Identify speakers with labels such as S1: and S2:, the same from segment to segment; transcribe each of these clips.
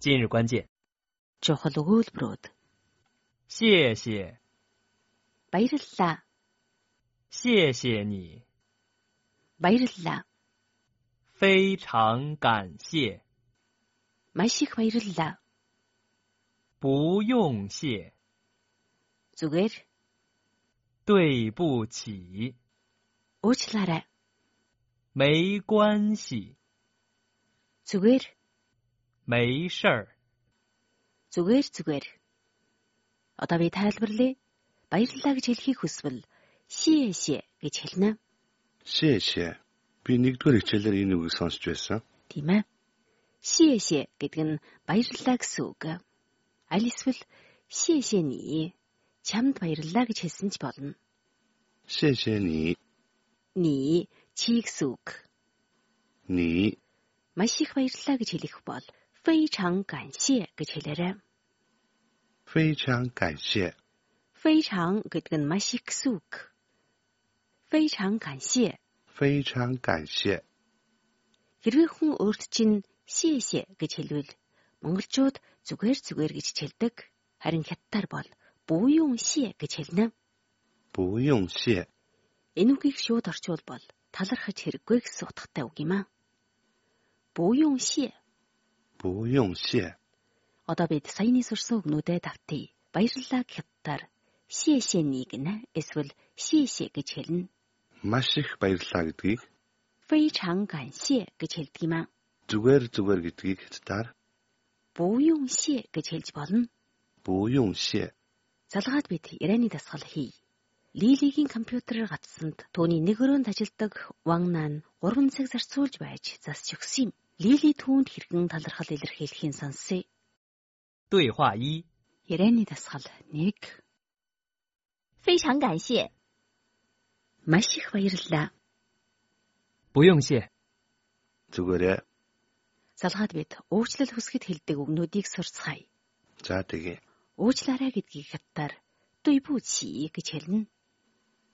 S1: 今日关键，
S2: Чухал өгүүлбэрүүд.
S1: 谢谢，
S2: Баярлалаа.
S1: 谢谢你，
S2: Баярлалаа.
S1: 非常感谢，
S2: Маш их баярлалаа.
S1: 不用谢，
S2: Зүгээр.
S1: 对不起，
S2: Уучлаарай.
S1: 没关系，
S2: Зүгээр.
S1: 没事儿，
S2: Зүгээр зүгээр. Одоо би тайлбарлая. Баярлалаа гэж хэлхийг хүсвэл шие шие гэж хэлнэ.
S3: Шээ шээ. Би нэгдүгээр хичээлээр энэ үгийг сонсч байсан.
S2: Тийм ээ. Шие шие гэдэг нь баярлалаа гэсэн үг. Аль эсвэл шие шие нэ. Чамд баярлалаа гэж хэлсэн ч болно.
S3: Шээ шээ ни
S2: Ни чи гэсэн үг.
S3: ни
S2: Маш их баярлалаа гэж хэлэх бол фэй чанг ганши гэж хэлээрэй.
S3: 非常感谢。
S2: Фэй чанг гэдэг нь маш их гэсэн үг. Фэй чанг ганши
S3: 非常感谢。
S2: Хэрвээ хүн өөрт чинь шээшээ гэж хэлвэл монголчууд зүгээр зүгээр гэж хэлдэг. Харин хятадаар бол бүүюн шээ гэж хэлнэ.
S3: 不用谢。
S2: Энэ үгийг шууд орчуулбал талархаж хэрэггүй гэсэн утгатай үг юм аа. Бүүюн шээ.
S3: 不用谢。
S2: Одоо бид саяны сурсан өгнүүдэд автъя. Баярлалаа хятадаар шээшээ нэг нэ эсвэл шээшээ гэж хэлнэ.
S3: Маш их баярлалаа гэдгийг
S2: Фэй чанг ганшээ гэж хэлдэг юм аа.
S3: зүгээр зүгээр гэдгийг хэдтаар
S2: Бүүюн шээ гэж хэлж болно.
S3: 不用谢。
S2: Залгаад бид Ираны дасгал хий. Лилигийн компьютерээр гацсанд түүний нэг өрөөнд ажилдаг Ван Нан 3 цаг зарцуулж байж засч өгсөн юм. Лили түүнд хэрхэн талархал илэрхийлэхин сонсъё.
S1: 对话一，
S2: Ираны дасгал 1
S4: 非常感谢，
S2: маш их баярлалаа.
S1: 不用谢，
S3: Зүгээрээ.
S2: Залгаад бид уучлал хүсгэд хэлдэг өгнүүдийг сурцгаая.
S3: За тэгээ.
S2: Уучлаарай гэдгийг хаттаар дүй бүчи гэж хэлнэ.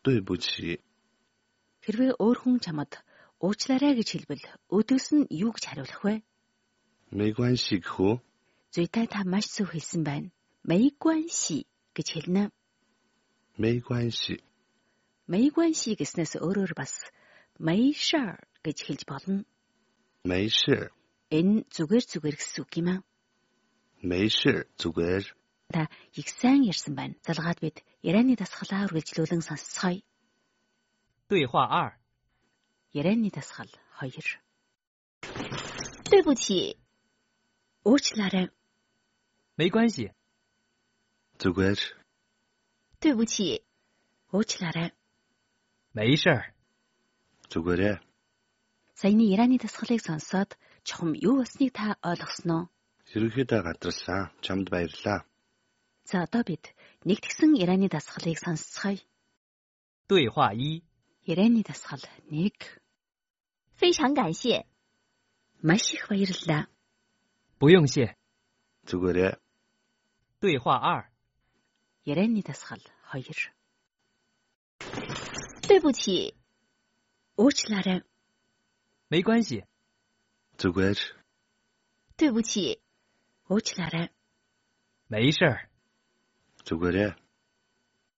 S3: 对不起。
S2: Хэрвээ өөр хүн чамд уучлаарай гэж хэлбэл өдөөс нь юу гэж хариулах вэ?
S3: 没关系гэхүү.
S2: Зүйтэй та маш зөв хэлсэн байна. Мэйгуанши гэж хэлнэ.
S3: 没关系。
S2: Мэйгуанши гэснээс өөрөөр бас мэйшэр гэж хэлж болно.
S3: 没事。
S2: Энэ зүгээр зүгээр гэсэн үг юм аа.
S3: 没事。зүгээр.
S2: Та их сайн ярьсан байна. Залгаад бид Ираны дасгалаа үргэлжлүүлэн сонсцгоё.
S1: 对话二，
S2: Ираны дасгал 2.
S4: 对不起，
S2: Уучлаарай.
S1: 没关系，
S3: зүгээр.
S4: 对不起，
S2: Уучлаарай.
S1: 没事儿，
S3: Зүгээрээ.
S2: Саяны Ираны дасгалыг сонсоод чухам юу болсныг та ойлгосноо?
S3: Ерөнхийдөө гадарлаа. Чамд баярлалаа.
S2: За одоо бид нэгтгсэн Ираны дасгалыг сонсцгоё.
S1: 对话一，
S2: Ираны дасгал 1.
S4: 非常感谢，
S2: Маш их баярлалаа.
S1: 不用谢，
S3: Зүгээрээ.
S1: 对话二，
S2: Ярианы дасгал 2.
S4: 对不起，
S2: Уучлаарай.
S1: 没关系，
S3: зүгээр.
S4: 对不起，
S2: Уучлаарай.
S1: 没事儿，
S3: Зүгээрээ.